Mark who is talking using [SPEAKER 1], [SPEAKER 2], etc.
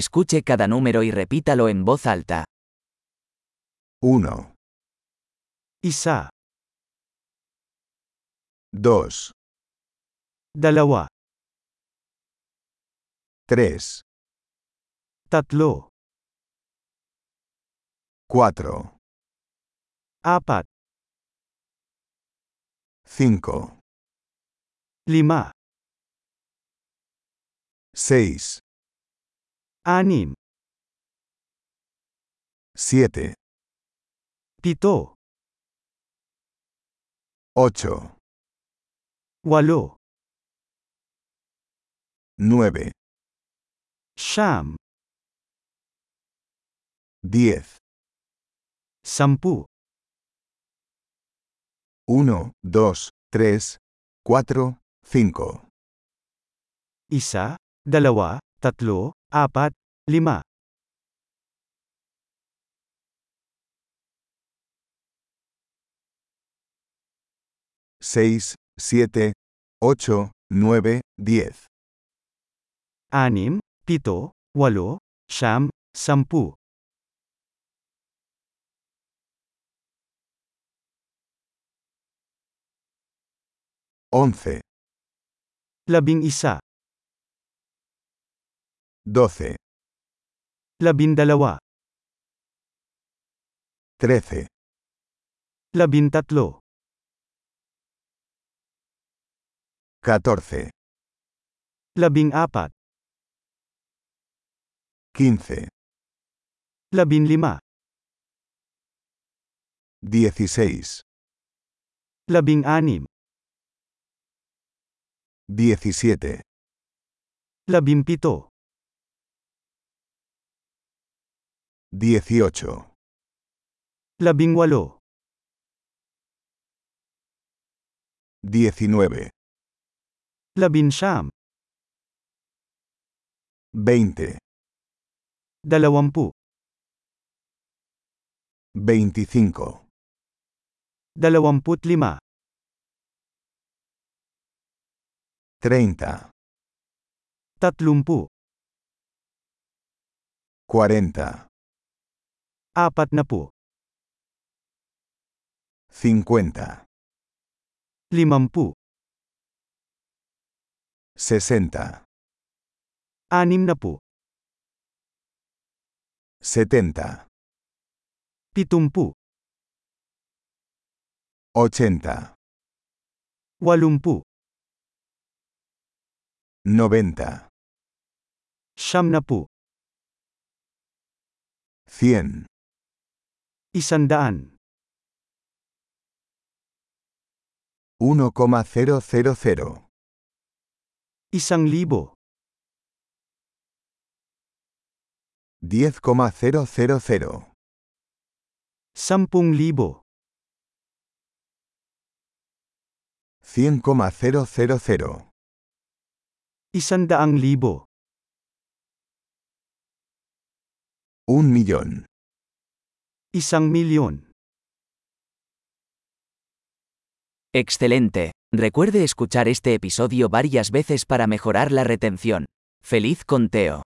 [SPEAKER 1] Escuche cada número y repítalo en voz alta.
[SPEAKER 2] 1,
[SPEAKER 3] Isa,
[SPEAKER 2] 2,
[SPEAKER 3] dalawa,
[SPEAKER 2] 3,
[SPEAKER 3] tatlo,
[SPEAKER 2] 4,
[SPEAKER 3] apat,
[SPEAKER 2] 5,
[SPEAKER 3] lima,
[SPEAKER 2] 6,
[SPEAKER 3] anim,
[SPEAKER 2] 7,
[SPEAKER 3] pito,
[SPEAKER 2] 8,
[SPEAKER 3] walo,
[SPEAKER 2] 9,
[SPEAKER 3] siyam,
[SPEAKER 2] 10,
[SPEAKER 3] sampu,
[SPEAKER 2] 1, 2, 3, 4, 5,
[SPEAKER 3] isa, dalawa, tatlo, apat, lima,
[SPEAKER 2] 6, 7, 8, 9, 10,
[SPEAKER 3] anim, pito, walo, siyam, sampu,
[SPEAKER 2] 11,
[SPEAKER 3] labing isa,
[SPEAKER 2] 12,
[SPEAKER 3] labindalawa,
[SPEAKER 2] 13,
[SPEAKER 3] labintatlo,
[SPEAKER 2] 14,
[SPEAKER 3] labing apat,
[SPEAKER 2] 15,
[SPEAKER 3] labinlima,
[SPEAKER 2] 16,
[SPEAKER 3] labing anim,
[SPEAKER 2] 17,
[SPEAKER 3] labimpito,
[SPEAKER 2] 18,
[SPEAKER 3] labing walo,
[SPEAKER 2] 19,
[SPEAKER 3] labinsyam,
[SPEAKER 2] 20,
[SPEAKER 3] dalawampu,
[SPEAKER 2] 25,
[SPEAKER 3] dalawamput lima,
[SPEAKER 2] 30,
[SPEAKER 3] tatlumpu,
[SPEAKER 2] 40,
[SPEAKER 3] apat na po,
[SPEAKER 2] 50,
[SPEAKER 3] limampu,
[SPEAKER 2] 60,
[SPEAKER 3] anim na po,
[SPEAKER 2] 70,
[SPEAKER 3] pitumpu,
[SPEAKER 2] 80,
[SPEAKER 3] walumpu,
[SPEAKER 2] 90,
[SPEAKER 3] siyam na po,
[SPEAKER 2] 100,
[SPEAKER 3] isandaan,
[SPEAKER 2] 1,000,
[SPEAKER 3] isang libo,
[SPEAKER 2] 10,000,
[SPEAKER 3] sampung libo,
[SPEAKER 2] 100,000,
[SPEAKER 3] isandaang libo,
[SPEAKER 2] 1 millón,
[SPEAKER 3] isang milyon.
[SPEAKER 1] Excelente. Recuerde escuchar este episodio varias veces para mejorar la retención. ¡Feliz conteo!